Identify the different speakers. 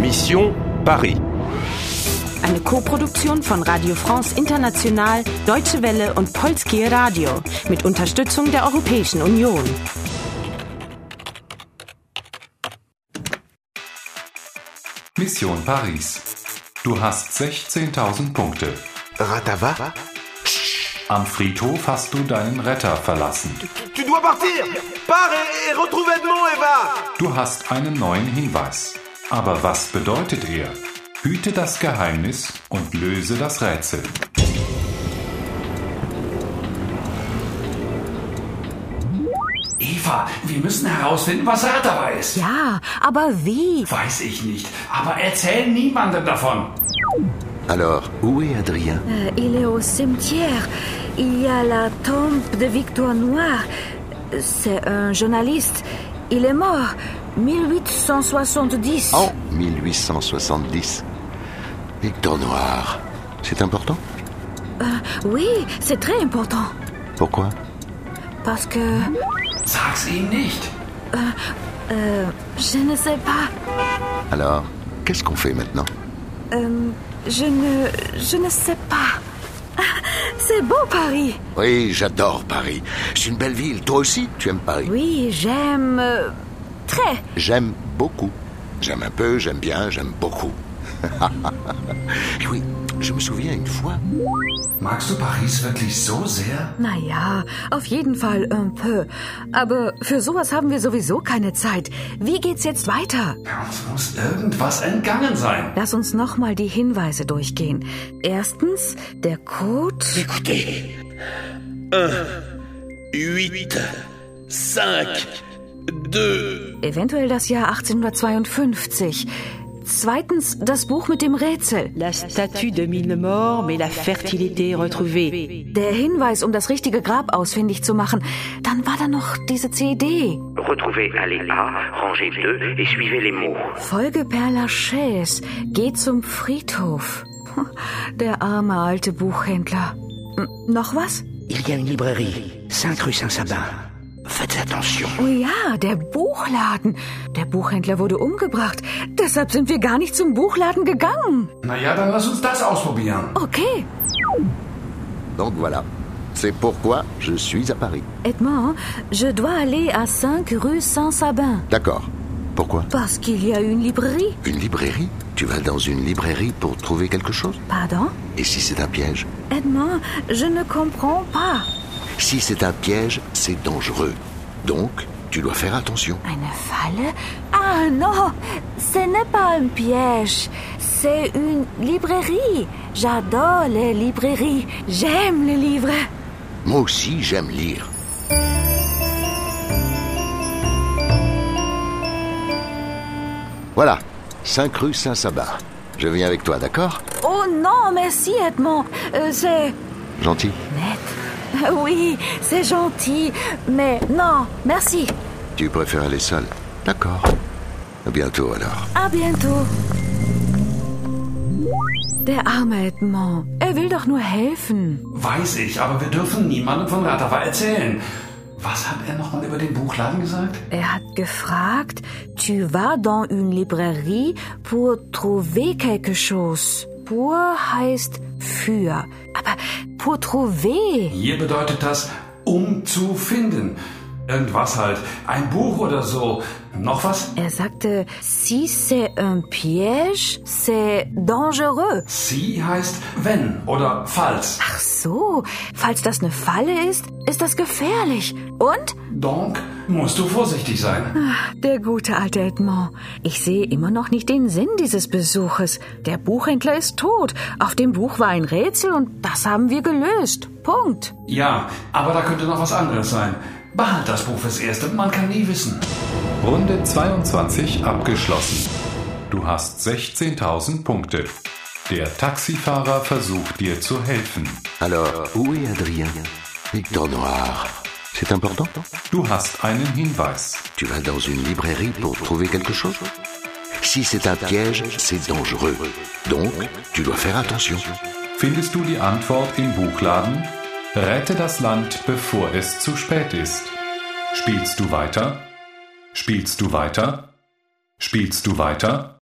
Speaker 1: Mission Paris.
Speaker 2: Eine Koproduktion von Radio France International, Deutsche Welle und Polskie Radio mit Unterstützung der Europäischen Union.
Speaker 3: Mission Paris. Du hast 16.000 Punkte.
Speaker 4: Ratava
Speaker 3: Am Friedhof hast du deinen Retter verlassen.
Speaker 5: Tu dois partir Pars
Speaker 6: äh,
Speaker 5: et, et retrouve Edmond, Eva
Speaker 3: Du hast einen neuen Hinweis. Aber was bedeutet er? Hüte das Geheimnis und löse das Rätsel.
Speaker 6: Eva, wir müssen herausfinden, was Rata weiß.
Speaker 7: Ja, aber wie?
Speaker 6: Weiß ich nicht. Aber erzähl niemandem davon.
Speaker 4: Alors, où est Adrien
Speaker 7: Euh, il est au cimetière. Il y a la tombe de Victoire Noire. C'est un journaliste. Il est mort 1870.
Speaker 4: En 1870. Victor Noir. C'est important
Speaker 7: Oui, c'est très important.
Speaker 4: Pourquoi
Speaker 7: Parce que
Speaker 6: Sag's ihm nicht.
Speaker 7: euh, je ne sais pas.
Speaker 4: Alors, qu'est-ce qu'on fait maintenant
Speaker 7: Euh, je ne je ne sais pas. Ah, C'est beau Paris.
Speaker 4: Oui, j'adore Paris. C'est une belle ville. Toi aussi, tu aimes Paris
Speaker 7: Oui, j'aime euh, très.
Speaker 4: J'aime beaucoup. J'aime un peu, j'aime bien, j'aime beaucoup. Et oui, je me souviens une fois,
Speaker 6: Magst du Paris wirklich so sehr?
Speaker 7: Naja, auf jeden Fall ein peu. Aber für sowas haben wir sowieso keine Zeit. Wie geht's jetzt weiter?
Speaker 6: Ja, Uns muss irgendwas entgangen sein.
Speaker 7: Lass uns nochmal die Hinweise durchgehen. Erstens, der Code.
Speaker 8: Écoutez. 1, 8, 5, 2,
Speaker 7: Eventuell das Jahr 1852. Zweitens, das Buch mit dem Rätsel.
Speaker 9: La statue de mille morts, mais la fertilité retrouvée.
Speaker 7: Der Hinweis, um das richtige Grab ausfindig zu machen. Dann war da noch diese CD.
Speaker 8: Retrouvez allée A, rangée 2 et suivez les mots.
Speaker 7: Folge Père Lachaise. Geh zum Friedhof. Der arme alte Buchhändler. M noch was?
Speaker 10: Il y a une librairie, 5 rue Saint-Sabin. Faites attention.
Speaker 7: Oh ja, der Buchladen. Der Buchhändler wurde umgebracht. Deshalb sind wir gar nicht zum Buchladen gegangen.
Speaker 6: Naja, dann lass uns das ausprobieren.
Speaker 7: Okay.
Speaker 4: donc voilà. C'est pourquoi je suis à Paris.
Speaker 7: Edmond, je dois aller à 5 rue Saint-Sabin.
Speaker 4: D'accord. Pourquoi
Speaker 7: Parce qu'il y a une librairie.
Speaker 4: Une librairie Tu vas dans une librairie pour trouver quelque chose
Speaker 7: Pardon
Speaker 4: Et si c'est un piège
Speaker 7: Edmond, je ne comprends pas.
Speaker 4: Si c'est un piège, c'est dangereux. Donc, tu dois faire attention.
Speaker 7: Eine Falle? Ah non, ce n'est pas un piège. C'est une librairie. J'adore les librairies. J'aime les livres.
Speaker 4: Moi aussi, j'aime lire. Voilà, 5 rue Saint-Sabin. Je viens avec toi, d'accord
Speaker 7: Oh non, merci Edmond. Euh, c'est...
Speaker 4: Gentil.
Speaker 7: Nett. Oui, c'est gentil. Mais non, merci.
Speaker 4: Tu préfères aller seul D'accord. À bientôt alors.
Speaker 7: À bientôt. Der arme Edmond. Er will doch nur helfen.
Speaker 6: Weiß ich, aber wir dürfen niemandem von Ratava erzählen. Was hat er nochmal über den Buchladen gesagt?
Speaker 7: Er hat gefragt, tu vas dans une librairie pour trouver quelque chose. Pour heißt für. Aber pour trouver.
Speaker 6: Hier bedeutet das, um zu finden. Irgendwas halt. Ein Buch oder so. Noch was?
Speaker 7: Er sagte, si c'est un piège, c'est dangereux.
Speaker 6: Sie heißt wenn oder falls.
Speaker 7: Ach so, falls das eine Falle ist, ist das gefährlich. Und?
Speaker 6: Donc musst du vorsichtig sein.
Speaker 7: Der gute alte Edmond. Ich sehe immer noch nicht den Sinn dieses Besuches. Der Buchhändler ist tot. Auf dem Buch war ein Rätsel und das haben wir gelöst. Punkt.
Speaker 6: Ja, aber da könnte noch was anderes sein. Behalt das Buch fürs Erste, man kann nie wissen.
Speaker 3: Runde 22 abgeschlossen. Du hast 16.000 Punkte. Der Taxifahrer versucht dir zu helfen.
Speaker 4: Alors, où est Adrien Victor Noir. C'est important
Speaker 3: Du hast einen Hinweis.
Speaker 4: Tu vas dans une librairie pour trouver quelque chose Si c'est un piège, c'est dangereux. Donc, tu dois faire attention.
Speaker 3: Findest du die Antwort im Buchladen? Rette das Land, bevor es zu spät ist. Spielst du weiter? Spielst du weiter? Spielst du weiter?